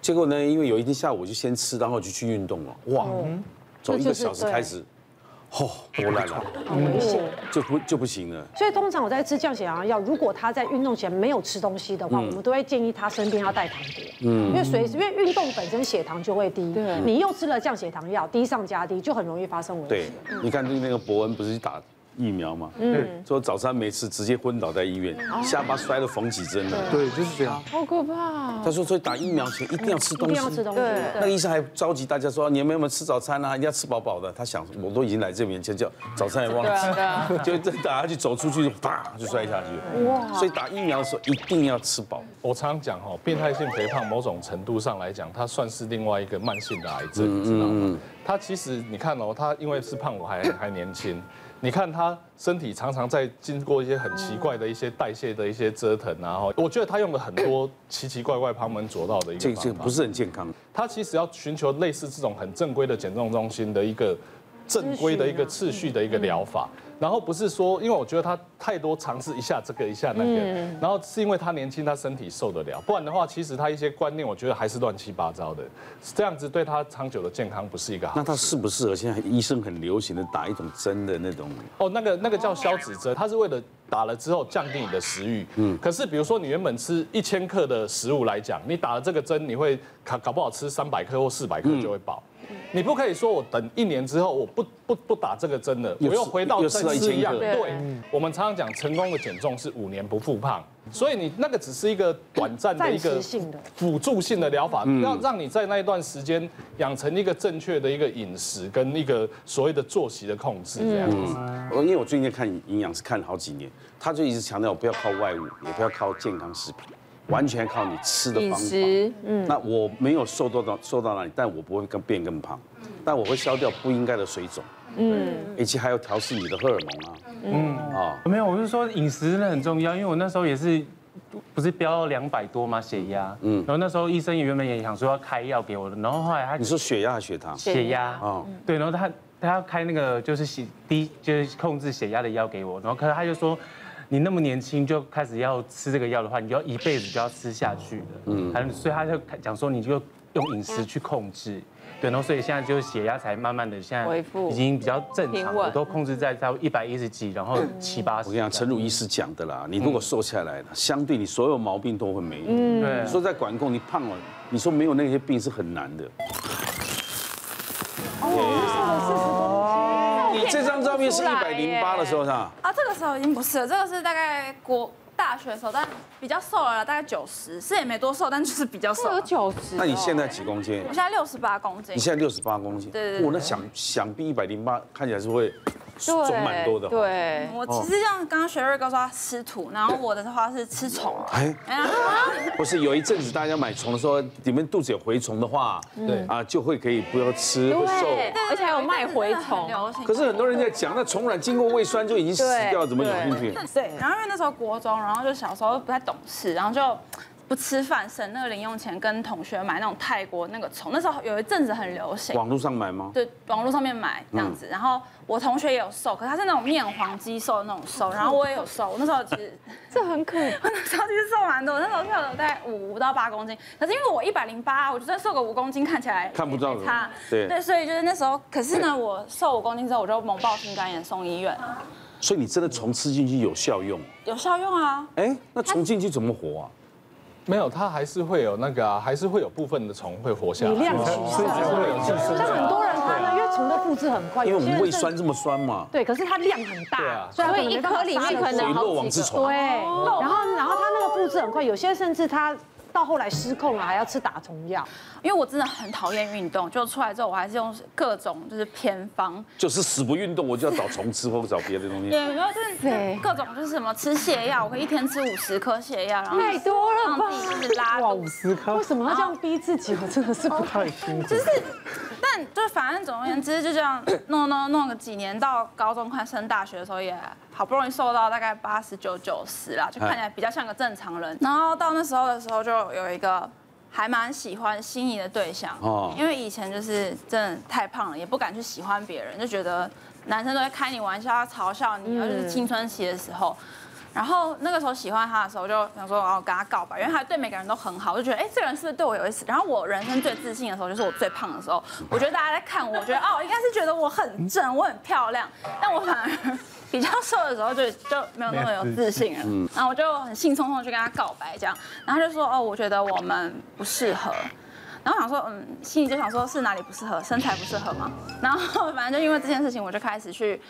A: 结果呢，因为有一天下午我就先吃，然后就去运动了，哇，
G: 嗯
A: 从一个小时开始，哦，我来了，
E: 很危险。
A: 就不就不行了。
E: 所以通常我在吃降血糖药，如果他在运动前没有吃东西的话，我们都会建议他身边要带糖果，嗯，因为随因为运动本身血糖就会低，对，你又吃了降血糖药，低上加低，就很容易发生危
A: 对
E: 险。，
A: 你看那个伯恩不是去打疫苗嘛，嗯，说早餐没吃，直接昏倒在医院，
E: 嗯
A: 下巴摔了缝几针了。
F: 对，就是这样。
J: 好可怕。啊
A: 他说，所以打疫苗前一定要
E: 嗯
A: 吃
E: 一
A: 东
E: 定
A: 西
E: 要。吃东西，
A: 那个医生还召集大家说，你们有没有吃早餐啊？一定要吃饱饱的。他想，我都已经来这边，就叫早餐也忘
J: 啊
A: 了吃， 就打下去，走出去，啪就摔下去。哇！所以打疫苗的时候一定要吃饱。
G: 我常常讲哈，变态性肥胖某种程度上来讲，它算是另外一个慢性的癌
A: 嗯
G: 症，你知道吗？它其实你看哦，它因为是胖，我还还年轻。你看他身体常常在经过一些很奇怪的一些代谢的一些折腾啊，哈，我觉得他用了很多奇奇怪怪、旁门左道的一个方
A: 这个
G: 法。
A: 这个不是很健康。
G: 他其实要寻求类似这种很正规的减重中心的一个正规的一个次序的一个疗法，
A: 嗯
G: 然后不是说，因为我觉得他太多尝试一下这个一下那个，
A: 嗯
G: 然后是因为他年轻，他身体受得了，不然的话，其实他一些观念我觉得还是乱七八糟的，这样子对他长久的健康不是一个好
A: 那。他适不适合现在医生很流行的打一种针的那种？
G: 哦，那个那个叫消脂针，它是为了打了之后降低你的食欲。嗯，可是比如说你原本吃一千克的食物来讲，你打了这个针，你会搞搞不好吃三百克或四百
A: 嗯
G: 克就会饱。你不可以说我等一年之后我不不不打这个针了，
A: 又
G: 我又
A: 吃
G: 回到
A: 又吃
G: 针
A: 到
G: 刺一样。
A: 1000克
G: 对，我们常常讲成功的减重是五年不复胖，所以你那个只是一个短暂的一
E: 暂
G: 个
E: 时性的
G: 辅助性的疗法，
E: 嗯
G: 要让你在那一段时间养成一个正确的一个饮食跟一个所谓的作息的控制
J: 嗯
G: 这样子。
E: 嗯
A: 嗯我因为我最近看营养师看了好几年，他就一直强调不要靠外物，也不要靠健康食品，完全靠你吃的
J: 饮
A: 方法。
J: 食，
A: 嗯，那我没有瘦到到瘦到哪里，但我不会更变更胖，
K: 嗯
A: 但我会消掉不应该的水肿。嗯，以及还要调试你的荷尔蒙啊。嗯啊，
D: 没有，我是说饮食真的很重要，因为我那时候也是，不是飙到两百多嘛，血压，嗯，然后那时候医生也原本也想说要开药给我的，然后后来他
A: 你说血压还是血糖？
D: 血压，
A: 哦
D: 嗯，对，然后他他要开那个就是血低就是控制血压的药给我，然后可是他就说。你那么年轻就开始要吃这个药的话，你就要一辈子就要吃下去的。嗯，还有所以他就讲说，你就用饮食去控制，对，然后所以现在就是血压才慢慢的现在
J: 恢复
D: 已经比较正
J: 平
D: 常，
J: 稳
D: 我都控制在差不多一百一十几，然
A: 嗯
D: 后七八十
A: 我跟
D: 这
A: 你
D: 样。
A: 讲，陈儒医师讲的啦，你如果瘦下来了，
K: 嗯
A: 相对你所有毛病都会没有。
D: 对
A: 你，说在管控，你胖了，你说没有那些病是很难的。哦，你这张照片是一百零八的时候是吧？
K: 啊，这个时候已经不是了，这个是大概国大学的时候，但比较瘦了，大概九十，是也没多瘦，但就是比较瘦
J: 有
K: 了。
J: 九十。哦
A: 那你现在几公斤
K: 我？现在六十八公斤
A: 你，现在六十八公斤，
K: 对对对
A: 我那想想必一百零八看起来是会肿
J: 对
A: 蛮多的。，哦
J: 对，
K: 嗯我
D: 哦
K: 其实像刚刚学瑞告诉他吃土，然后我的话是吃虫。
A: 哎，
K: 哎呀
A: 不是有一阵子大家买虫的时候，你们肚子有蛔虫的话，对啊，就会可以不要吃会
J: 对
A: 瘦。，
J: 而且还有卖蛔
K: 很
J: 虫。
K: 流行
A: 可是很多人在讲，那虫卵经过胃酸就已经死掉了，
J: 对
A: 怎么养进去？
K: 对，然后因为那时候国中，然后就小时候不太懂事，然后就不吃饭，省那个零用钱，跟同学买那种泰国那个虫，那时候有一阵子很流行。
A: 网络嗯上买吗？
K: 对，网络上面买这样子。然后我同学也有瘦，可是他是那种面黄肌瘦的那种 瘦，然后我也有瘦。我那时候其实，
J: 这很可怕。
K: 我那时候其实瘦蛮多，我那时候瘦了大概五五到八公斤。可是因为我一百零八，我觉得瘦个五公斤看起来
A: 看不到的
K: 也没差。
A: 对
K: 对，所以就是那时候，可是呢，我瘦五公斤之后，我就猛爆心肝炎送医院，
A: 所以你真的虫吃进去有效用？
K: 有效用啊。
A: 哎，那虫进去怎么活啊？
G: 没有，它还是会有那个啊，还是会有部分的虫会活下
E: 以
G: 来。
E: 量取胜。
G: 还是会有寄生
E: 像很多人他呢，因为虫的复制很快，
A: 因为我
E: 有些
A: 们
E: 人
A: 胃
E: 是
A: 酸这么酸嘛，
E: 对，可是它量很
G: 对
E: 大
G: 啊，
E: 所以
J: 所
E: 它可能
J: 以一
E: 没办法
J: 颗里
E: 杀
J: 面
E: 得
J: 可
E: 出
J: 能
A: 水
J: 好
A: 落网
J: 几
A: 之
J: 个。
A: 虫。
E: 对，然后然后他那个复制很快，有些甚至他到后来失控了，还要吃打虫药。
K: 因为我真的很讨厌运动，就出来之后，我还是用各种就是偏方，
A: 就是死不运动，我就要找虫吃或者找别的东 西。
K: 对，然后就是各种就是什么吃泻药，我可以一天吃五十颗泻药，然后
E: 太多了吧
K: 让自己一直拉
D: 哇，
K: 肚
D: 五十颗
E: 为。什么要这样逼自己？我真的是不太清楚。
K: 就是， 但就反正总而言之，就这样弄弄弄个几年，到高中快升大学的时候，也好不容易瘦到大概八十九九十啦，就看起来比较像个正常人。然后到那时候的时候，就有一个还蛮喜欢心仪的对象
A: 哦，
K: 因为以前就是真的太胖了，也不敢去喜欢别人，就觉得男生都会开你玩笑、嘲笑你，尤其是青春期的时候。然后那个时候喜欢他的时候，就想说哦跟他告白，因为他对每个人都很好，我就觉得哎这个人是不是对我有意思？然后我人生最自信的时候就是我最胖的时候，我觉得大家在看我，觉得哦应该是觉得我很正，我很漂亮，但我反而比较瘦的时候就就没有那么有自信了。然后我就很兴冲冲地去跟他告白，这样，然后他就说哦我觉得我们不适合。然后想说，嗯，心里就想说是哪里不适合，身材不适合嘛。 然后反正就因为这件事情，我就开始去，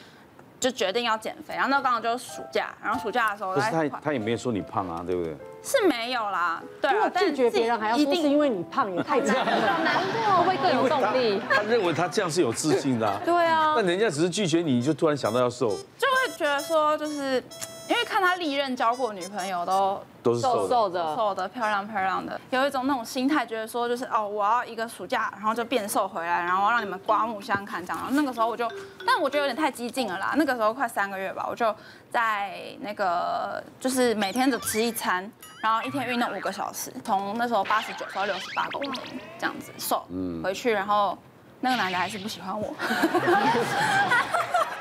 K: 就决定要减肥。然后那刚好就是暑假，然后暑假的时候
A: 可是他
K: 来
A: 也他也没有说你胖啊，对不对？
K: 是没有啦，对
E: 如
K: 啊
E: 果，
K: 但
E: 拒绝别人还要
K: 一
E: 说是
K: 定
E: 因为你胖，也太难了。
C: 好难过，会更有动力。
A: 他认为他这样是有自信的、啊。
K: 对啊
A: 但人家只是拒绝你，你就突然想到要瘦，
K: 就会觉得说，就是因为看他历任交过女朋友都
A: 都是瘦
J: 瘦
A: 的。
J: 瘦的，
K: 瘦的漂亮漂亮的，有一种那种心态，觉得说就是哦，我要一个暑假，然后就变瘦回来，然后让你们刮目相看这样。然后那个时候我就，但我觉得有点太激进了啦。那个时候快三个月吧，我就在那个就是每天只吃一餐，然后一天运动五个小时，从那时候八十九瘦到六十八公斤这样子瘦，回去然后。那个男的还是不喜欢我，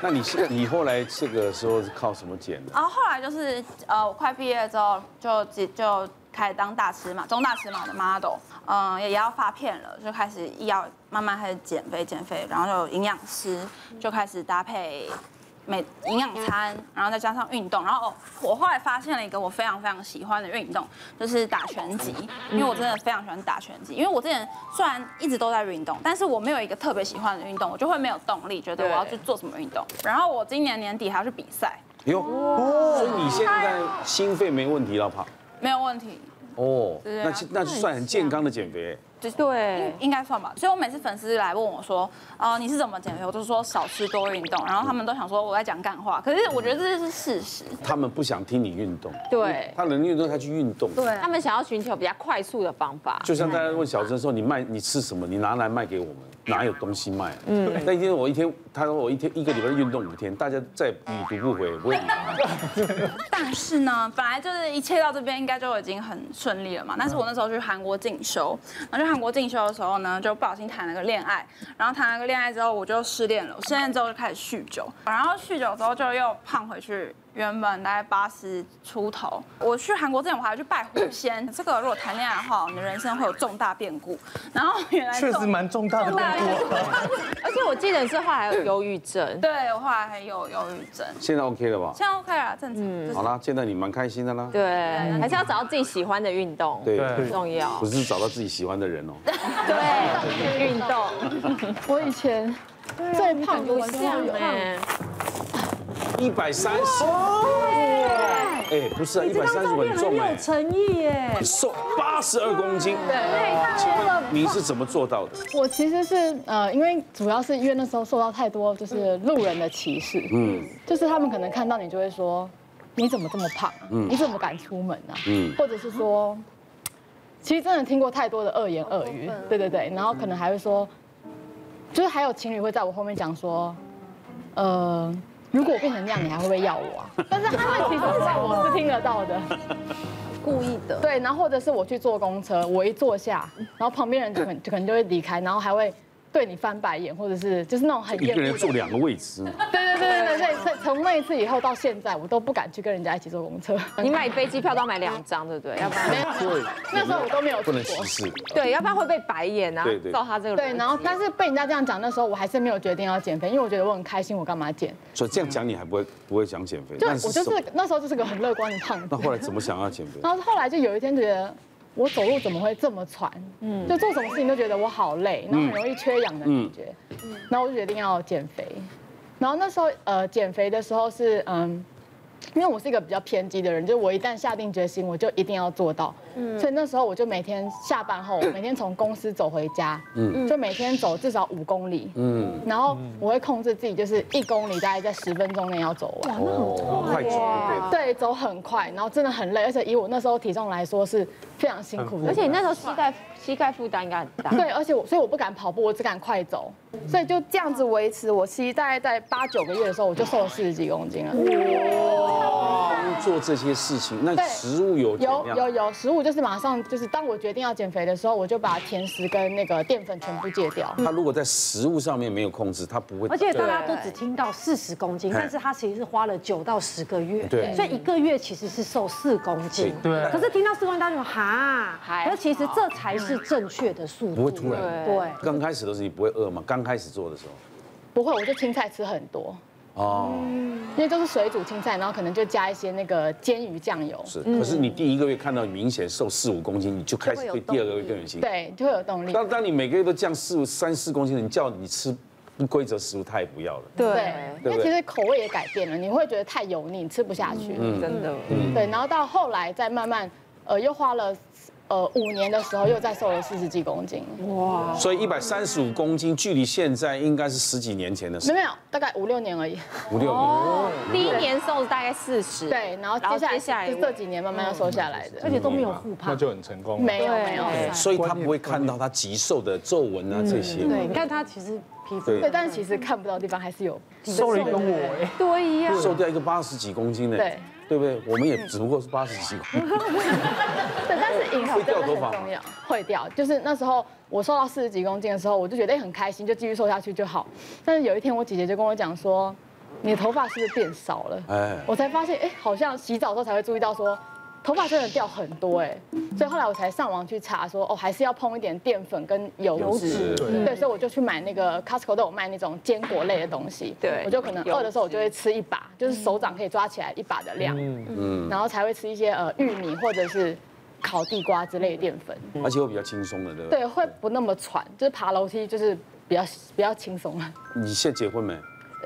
A: 那你是你后来这个时候是靠什么减的？
K: 然后后来就是呃，我快毕业之后就就就开始当大尺码、中大尺码的 model，嗯、也也要发片了，就开始要慢慢开始减肥、减肥，然后就有营养师就开始搭配。每营养餐，然后再加上运动，然后哦我后来发现了一个我非常非常喜欢的运动，就是打拳击，因为我真的非常喜欢打拳击，因为我之前虽然一直都在运动，但是我没有一个特别喜欢的运动，我就会没有动力，觉得我要去做什么运动。然后我今年年底还要去比赛，
A: 哟，所以你现在心肺没问题了，胖
K: 没有问题，
A: 哦，
K: 对啊
A: 那其那就算很健康的减肥。
J: 对
K: 应，应该算吧。所以我每次粉丝来问我说，呃，你是怎么减肥？我就说少吃多运动，然后他们都想说我在讲干话，可是我觉得这是事实。
A: 他们不想听你运动，
J: 对
A: 他能运动他去运动。
C: 啊
K: 对
J: 他们想要寻求比较快速的方法，
A: 就像大家问小珍说：“你卖你吃什么？你拿来卖给我们，哪有东西卖？”嗯，那一天我一天，他说我一天一个礼拜运动五天，大家再已读不回， 我也
K: 但是呢，本来就是一切到这边应该就已经很顺利了嘛。但是我那时候去韩国进修，然后去韩国进修的时候呢，就不小心谈了个恋爱，然后谈了个恋爱之后我就失恋了，我失恋之后就开始酗酒，然后酗酒之后就又胖回去。原本大概八十出头，我去韩国之前我还去拜狐仙，这个如果谈恋爱的话，你的人生会有重大变故。然后原来
D: 确
K: 重
D: 实蛮重大的变 故。
J: 而且我记得你是后来有忧郁症，
K: 对我后来还有忧郁症，
A: 现在 OK 了吧？
K: 现在 OK 了，正常。就是嗯
A: 好啦，现在你蛮开心的啦。
J: 嗯对，还是要找到自己喜欢的运动，
A: 对，
J: 很重要
A: 不，是找到自己喜欢的人哦。
J: 对，运动，
I: 我以前最胖的时候有
K: 欸
J: 嗯
A: 一百三十，
C: 哦
A: 哎，不是啊，一
E: 你这
A: 百
E: 张
A: 三十
E: 照片
A: 很
E: 很
A: 重
E: 有
A: 哎，
E: 诚意耶，
A: 瘦八十二公斤，
I: 切了
A: 你是怎么做到的？
I: 我其实是呃，因为主要是因为那时候受到太多就是路人的歧视，嗯，就是他们可能看到你就会说，你怎么这么胖啊？你怎么敢出门啊？
A: 嗯
I: 嗯，或者是说，其实真的听过太多的恶言恶语，对对对，然后可能还会说，就是还有情侣会在我后面讲说，呃。如果我变成那样，你还会不会要我啊？但是他们其实知道我是听得到的，
C: 故意的，
I: 对，然后或者是我去坐公车，我一坐下，然后旁边人可能就可能就会离开，然后还会对你翻白眼，或者是就是那种很
A: 一
I: 厌
A: 个
I: 恶
A: 人
I: 的。
A: 坐两个位置，
I: 对对对对对，所以从那一次以后到现在，我都不敢去跟人家一起坐公车。
J: 你买飞机票都要买两张，对不对？要不然
I: 没有那时候我都没有去
A: 不能歧
I: 过。
A: 视。
J: 对，要不然会被白眼啊
A: 对对，
J: 照他这个逻辑
I: 对，然后但是被人家这样讲，那时候我还是没有决定要减肥，因为我觉得我很开心，我干嘛减？
A: 所以这样讲你还不会不会想减肥，
I: 就
A: 但
I: 我
A: 是
I: 就
A: 什么
I: 是那时候就是个很乐观的胖
A: 那
I: 子。
A: 后来怎么想要 减肥？
I: 然后后来就有一天觉得，我走路怎么会这么喘？嗯，就做什么事情都觉得我好
L: 嗯
I: 累，然后很容易缺氧的
A: 嗯
I: 感觉。然后我就决定要减肥。然后那时候呃减肥的时候是嗯，因为我是一个比较偏激的人，就是我一旦下定决心，我就一定要做到。所以那时候我就每天下班后，每天从公司走回家，就每天走至少五公里。
A: 嗯，
I: 然后我会控制自己，就是一公里大概在十分钟内要走完。
A: 哦，快减对的。
I: 对，走很快，然后真的很累，而且以我那时候体重来说是非常辛苦的。
J: 而且你那时候膝盖膝盖负担应该很大，
I: 对，而且我所以我不敢跑步，我只敢快走，所以就这样子维持。我其实大概在八九个月的时候，我就瘦了四十几公斤了。
A: 做这些事情，那
I: 对
A: 食物有怎
I: 有
A: 样
I: 有有食物，就是马上就是当我决定要减肥的时候，我就把甜食跟那个淀粉全部戒掉。
A: 他如果在食物上面没有控制，他不会。
E: 而且大家都只听到四十公斤，
A: 嘿
E: 但是他其实是花了九到十个月，
A: 对
E: 所以一个月其实是瘦四公斤，
D: 对
E: 可是听到四公斤，大家就哈，可是其实这才是正确的速度，
A: 不会突然。
E: 对。
A: 刚开始的时候你不会饿吗？刚开始做的时候，
I: 不会，我就青菜吃很多，
A: 哦，
I: 因为都是水煮青菜，然后可能就加一些那个煎鱼酱油，
A: 是。
J: 嗯
A: 可是你第一个月看到你明显瘦四五公斤，你就开始对第二个月更有信心。
I: 对，就会有动力。
A: 当当你每个月都降四三四公斤，你叫你吃不规则食物，他也不要了。
I: 对，
A: 对
I: 因
A: 不
I: 为
A: 对
I: 其实口味也改变了，你会觉得太油腻，你吃不下去。
A: 嗯
J: 真的，
I: 对，然后到后来再慢慢，呃，又花了呃五年的时候，又再瘦了四十几公斤。
A: 所以一百三十五公斤，距离现在应该是十几年前的
I: 没
A: 事
I: 有，，没有，大概五六年而已。
A: 五六年。
J: 哦
A: 哦
J: 第一年瘦大概四十，
I: 对，然后
J: 然后
I: 接下来
J: 接下来
I: 是这几年慢慢要瘦下
A: 嗯
I: 来的。
E: 而且都没有护
G: 那
E: 胖。
G: 就很成功了。
I: 没有没有，嗯
A: 所以他不会看到他极瘦的皱纹啊这些。
E: 对，你看他其实皮肤
A: 对
I: 对，但是其实看不到的地方还是有。
D: 瘦了一跟我哎。
J: 对呀，
A: 瘦掉一个八十几公斤的，
I: 对
A: 对不对？我们也只不过是八十几公斤，
I: 对，但是饮食真的
A: 会掉头
I: 很
A: 发吗
I: 重要，会掉。就是那时候我瘦到四十几公斤的时候，我就觉得哎很开心，就继续瘦下去就好。但是有一天我姐姐就跟我讲说，你的头发是不是变少了？
A: 哎，
I: 我才发现，哎，好像洗澡的时候才会注意到说。头发真的掉很多哎，所以后来我才上网去查说，哦，还是要碰一点淀粉跟油脂，对，所以我就去买那个 Costco 都有卖那种坚果类的东西，
J: 对
I: 我就可能饿的时候我就会吃一把，就是手掌可以抓起来一把的量，嗯，然后才会吃一些呃玉米或者是烤地瓜之类的淀粉，
A: 而且会比较轻松的，对不对？
I: 对，会不那么喘，就是爬楼梯就是比较比较轻松了。
A: 你现在结婚没？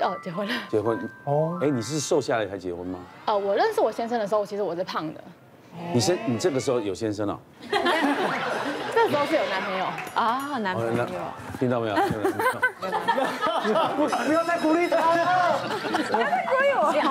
I: 哦，结婚了，
A: 结婚哦，哎，你是瘦下来才结婚吗？
I: 呃，我认识我先生的时候，其实我是胖的，
A: 你先，你这个时候有先生了、哦
I: 那时候是有男朋友。
J: 啊，男朋友
A: 哦，那听 到没有？听到没有
F: 不不要再鼓励他了。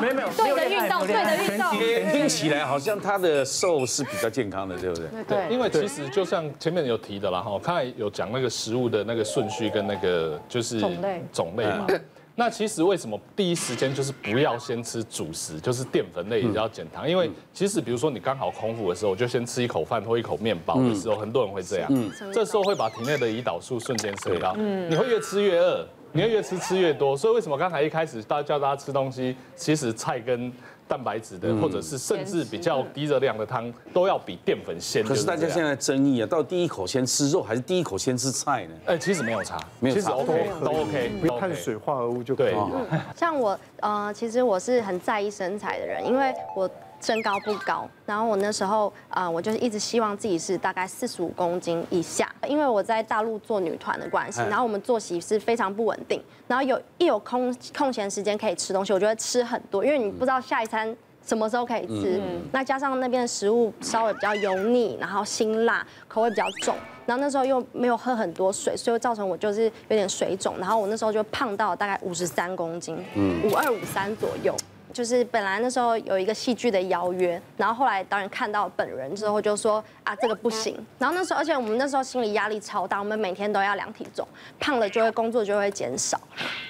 D: 没有没有，
J: 对的运动，对的运动，
A: 哎听起来好像他的瘦是比较健康的，对不对？
G: 对，因为其实就像前面有提的啦，哈，刚才有讲那个食物的那个顺序跟那个就是
E: 种类
G: 种类嘛。
A: 嗯
G: 那其实为什么第一时间就是不要先吃主食，就是淀粉类也要减
A: 嗯
G: 糖？因为其实比如说你刚好空腹的时候，就先吃一口饭或一口面包的时
A: 嗯
G: 候，很多人会这样，这时候会把体内的胰岛素瞬间升高，你会越吃越饿，你会越吃吃越多。所以为什么刚才一开始大家叫大家吃东西，其实菜跟蛋白质的，或者是甚至比较低热量的汤，都要比淀粉先。
A: 可是大
G: 就
A: 家
G: 这样
A: 现在争议啊，到第一口先吃肉还是第一口先吃菜呢？
G: 哎，其实没有差，
A: 没有差
G: 其实 OK，都 OK，
F: 不要碳水化合物就可以
G: 对
A: 哦
F: 了。
M: 像我，呃，其实我是很在意身材的人，因为我身高不高，然后我那时候，呃，我就是一直希望自己是大概四十五公斤以下，因为我在大陆做女团的关系，
A: 哎
M: 然后我们作息是非常不稳定，然后有一有空空闲时间可以吃东西，我就会吃很多，因为你不知道下一餐。什么时候可以
A: 嗯
M: 吃？那加上那边的食物稍微比较油腻，然后辛辣，口味比较重，然后那时候又没有喝很多水，所以造成我就是有点水肿，然后我那时候就胖到大概五十三公斤，五二五三左右。就是本来那时候有一个戏剧的邀约，然后后来导演看到本人之后就说啊这个不行，然后那时候而且我们那时候心理压力超大，我们每天都要量体重，胖了就会工作就会减少，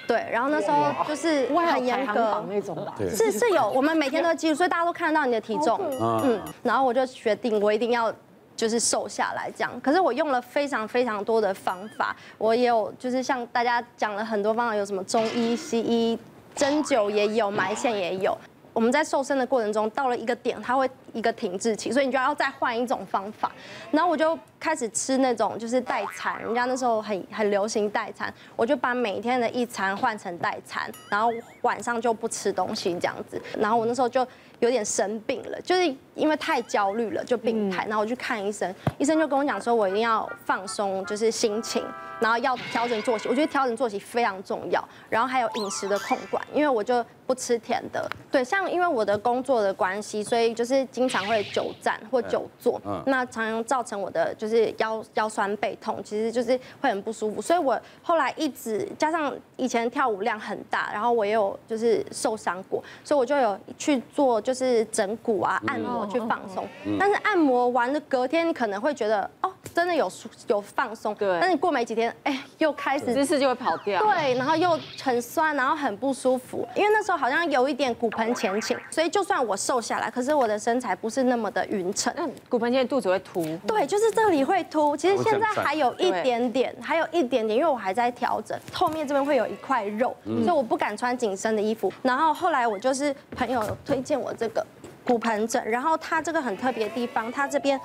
M: 对，然后那时候就是
E: 外
M: 很严
E: 排行
M: 格
E: 榜，那种吧，
M: 是是有，我们每天都记录，所以大家都看得到你的体重。嗯，然后我就决定我一定要就是瘦下来这样。可是我用了非常非常多的方法，我也有就是像大家讲了很多方法，有什么中医、西医、针灸也有，埋线也有。我们在瘦身的过程中，到了一个点，它会一个停滞期，所以你就要再换一种方法。然后我就开始吃那种就是代餐，人家那时候很很流行代餐，我就把每天的一餐换成代餐，然后晚上就不吃东西这样子。然后我那时候就有点生病了，就是因为太焦虑了，就病态。然后我去看医生，医生就跟我讲说，我一定要放松，就是心情，然后要调整作息。我觉得调整作息非常重要，然后还有饮食的控管，因为我就不吃甜的。对，像因为我的工作的关系，所以就是经常会久站或久坐，那常常造成我的就是腰腰酸背痛，其实就是会很不舒服。所以我后来一直加上以前跳舞量很大，然后我也有就是受伤过，所以我就有去做
C: 嗯
M: 就是整骨啊按摩去放松。但是按摩完的隔天，你可能会觉得哦真的有舒有放松，对。但是过没几天，哎，又开始
C: 姿势就会跑掉
M: 对，然后又很酸，然后很不舒服，因为那时候好像有一点骨盆前倾，所以就算我瘦下来，可是我的身材不是那么的匀称。
C: 骨盆前肚子会凸，
M: 对，就是这里会凸。其实现在还有一
C: 对
M: 点点，还有一点点，因为我还在调整，后面这边会有一块肉，
L: 嗯
M: 所以我不敢穿紧身的衣服。然后后来我就是朋友推荐我这个骨盆枕，然后它这个很特别的地方，它这边。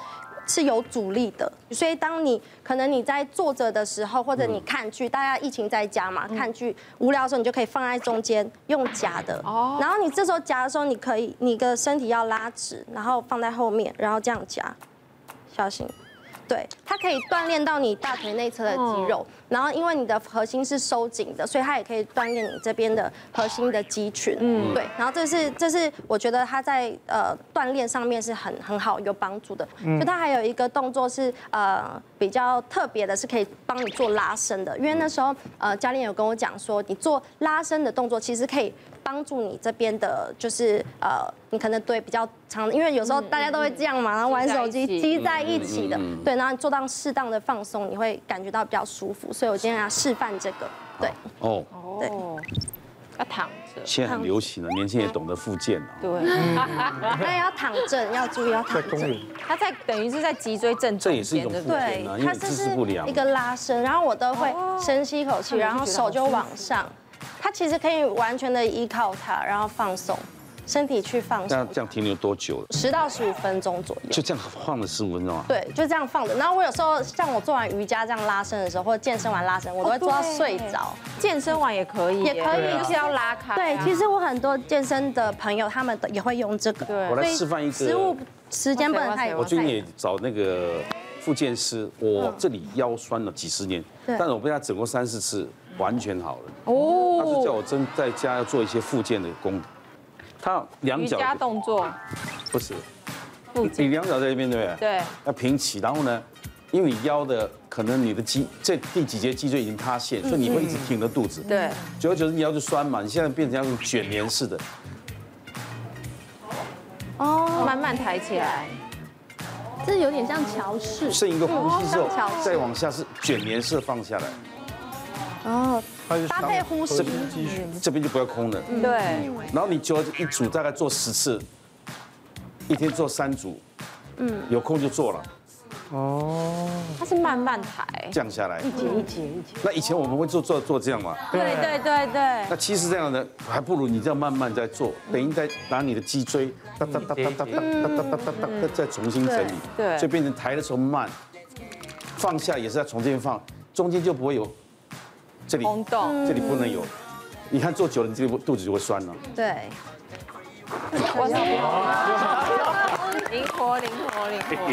M: 是有阻力的，所以当你可能你在坐着的时候，或者你看剧，大家疫情在家嘛，看剧无聊的时候，你就可以放在中间用夹的。哦。然后你这时候夹的时候，你可以你的身体要拉直，然后放在后面，然后这样夹。小心。对，它可以锻炼到你大腿内侧的肌肉，然后因为你的核心是收紧的，所以它也可以锻炼你这边的核心的肌群。
L: 嗯
M: 嗯，对。然后这是这是我觉得它在呃锻炼上面是很很好有帮助的。
L: 嗯
M: 就它还有一个动作是呃比较特别的，是可以帮你做拉伸的，因为那时候呃教练有跟我讲说，你做拉伸的动作其实可以帮助你这边的，就是呃你可能对比较长，因为有时
C: 嗯
M: 候大家都会这样嘛，然后玩手机积在一起的
L: 嗯嗯嗯嗯，
M: 对，然后你做到适当的放松，你会感觉到比较舒服。所以我今天要示范这个，对，
A: 哦，
M: 对，
C: 要躺着
A: 现在很流行了，年轻人也懂得啊复健了。
C: 对，
M: 但要躺正，要注意要躺正。
A: 园，
C: 它在等于是在脊椎正
A: 这
C: 中
A: 也是一
C: 间，
A: 种
C: 对不
A: 负担
C: 对
A: 啊？因
M: 它
A: 为
M: 这
A: 姿势
M: 是
A: 不良
M: 一。个拉伸，然后我都会
C: 哦
M: 深吸一口气，然后手就往上。它其实可以完全的依靠它，然后放松身体去放
A: 那
M: 松，
A: 这样停留多久了？
M: 十到十五分钟左右。
A: 就这样晃了十五分钟啊？
M: 对，就这样放着。然后我有时候像我做完瑜伽这样拉伸的时候，或者健身完拉伸，我都会做到睡着。
C: 哦健身完也可以耶，
M: 也可以，
C: 就是要拉开啊。
M: 对，其实我很多健身的朋友，他们都也会用这个。对
A: 我来示范一个
M: 食物时间不能太
A: 我最近也找那个复健师，我这里腰酸了几十年，
M: 对
A: 但是我被他整过三四次，完全好了。
C: 哦，
A: 他是叫我真在家要做一些复健的功能。他两
C: 瑜
A: 脚
C: 伽动作，
A: 不是，
C: 复
A: 你你两脚在这边对不对？
C: 对，
A: 要平齐，然后呢，因为你腰的可能你的肌这第几节脊椎已经塌陷，
M: 嗯
A: 所以你会一直挺着肚子。
C: 对，
A: 久而久之你腰就酸嘛，你现在变成像卷帘式的，
M: 嗯哦，
C: 慢慢抬起来，
M: 这有点像桥式
A: 剩一个呼吸
C: 哦
A: 之后
M: 嗯像桥，式
A: 再往下是卷帘式的放下来，
M: 哦，搭配呼吸
A: 这，这边就不要空了。
M: 嗯对
A: 然后你久而久一组大概做十次，一天做三组，
C: 嗯，
A: 有空就做了。哦，
C: 它是慢慢
M: 哎
C: 抬，
A: 降下来，
C: 节一节。
A: 那以前我们会做做做这样嘛？
C: 对对对对，
A: 那其实这样的还不如你这样慢慢在做，等于在拿你的脊椎哒哒哒哒哒哒哒哒哒哒哒再重新整理，
C: 对对
A: 所以变成抬的时候慢，放下也是要从这边放，中间就不会有这里
C: 空洞
A: 这里不能有。你看做久了，你这里肚子就会酸了。
M: 对。
C: 灵活灵活灵活，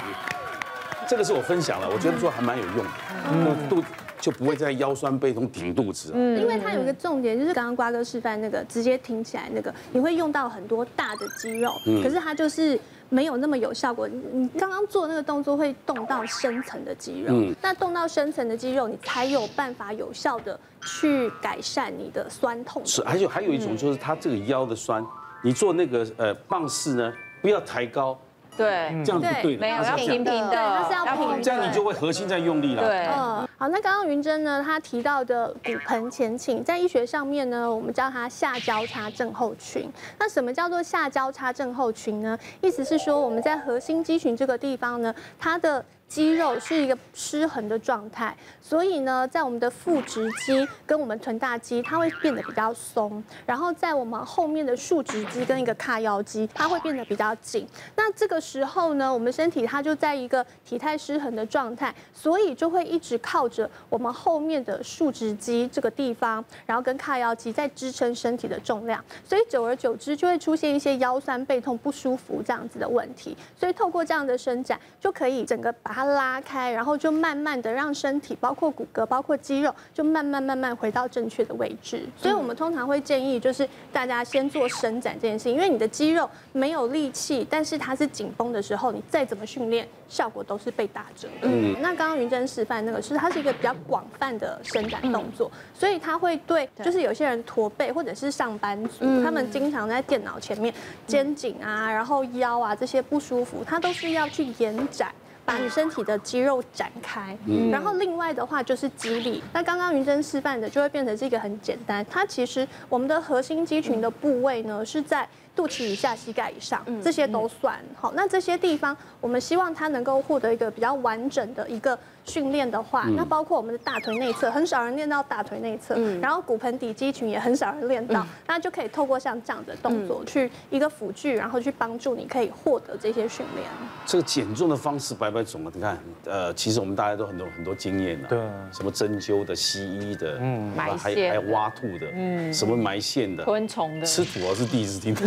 A: 这个是我分享了，我觉得做还蛮有用的，嗯，肚就不会再腰酸背痛顶肚子啊。
L: 嗯，因为它有一个重点，就是刚刚瓜哥示范那个直接挺起来那个，你会用到很多大的肌肉，
A: 嗯
L: 可是它就是没有那么有效果。你你刚刚做那个动作会动到深层的肌肉
N: 嗯，
L: 那动到深层的肌肉，你才有办法有效的去改善你的酸痛的嗯
A: 是，还有还有一种就是他这个腰的酸，你做那个呃棒式呢，不要抬高，
C: 对
A: 这样不对的
C: 没有
A: 它是
C: 要
A: 这
C: 平
A: 样
C: 平的，
L: 对它是要平
C: 平
L: 的
A: 这样你就会核心在用力了。
L: 嗯，好，那刚刚云珍呢，她提到的骨盆前倾，在医学上面呢，我们叫它下交叉症候群。那什么叫做下交叉症候群呢？意思是说我们在核心肌群这个地方呢，它的肌肉是一个失衡的状态，所以呢，在我们的腹直肌跟我们臀大肌，它会变得比较松，然后在我们后面的竖直肌跟一个髂腰肌，它会变得比较紧。那这个时候呢，我们身体它就在一个体态失衡的状态，所以就会一直靠着我们后面的竖直肌这个地方，然后跟髂腰肌在支撑身体的重量，所以久而久之就会出现一些腰酸背痛、不舒服这样子的问题。所以透过这样的伸展，就可以整个把它拉开，然后就慢慢的让身体，包括骨骼、包括肌肉，就慢慢慢慢回到正确的位置。所以我们通常会建议，就是大家先做伸展这件事情，因为你的肌肉没有力气，但是它是紧绷的时候，你再怎么训练，效果都是被打折的。
N: 嗯
L: 嗯，那刚刚云珍示范那个是，它是一个比较广泛的伸展
M: 嗯
L: 动作，所以它会对，就是有些人驼背或者是上班族，
M: 嗯
L: 他们经常在电脑前面肩颈啊，然后腰啊这些不舒服，它都是要去延展。把你身体的肌肉展开。
M: 嗯
L: 然后另外的话就是肌力，那刚刚云珍示范的就会变成是一个很简单，它其实我们的核心肌群的部位呢是在。肚脐以下、膝盖以上，
M: 嗯
L: 这些都算好。那这些地方，我们希望它能够获得一个比较完整的一个训练的话，
M: 嗯
L: 那包括我们的大腿内侧，很少人练到大腿内侧，
M: 嗯
L: 然后骨盆底肌群也很少人练到
M: 嗯，
L: 那就可以透过像这样的动作去一个辅具，然后去帮助你可以获得这些训练。
A: 这个减重的方式百百种啊，你看，呃，其实我们大家都很多很多经验了、啊，对，什么针灸的、西医的，嗯，
J: 埋
A: 还
J: 线
A: 还挖土的，
J: 嗯
A: 嗯，什么埋线的，
J: 昆虫的
A: 吃土我是第一次听到。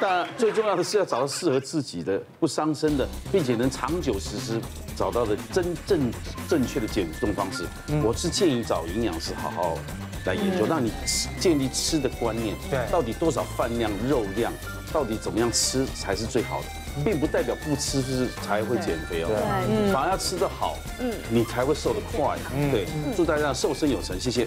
A: 但最重要的是要找到适合自己的、不伤身的，并且能长久实施，找到的真正正确的减重方式。我是建议找营养师好好来研究，
B: 嗯
A: 让你吃建立吃的观念，
B: 对
A: 到底多少饭量、肉量，到底怎么样吃才是最好的，并不代表不吃就是才会减肥哦
B: 对对，嗯
A: 反而要吃得好，
B: 嗯
A: 你才会瘦得快。啊对，祝大家瘦身有成，嗯谢谢。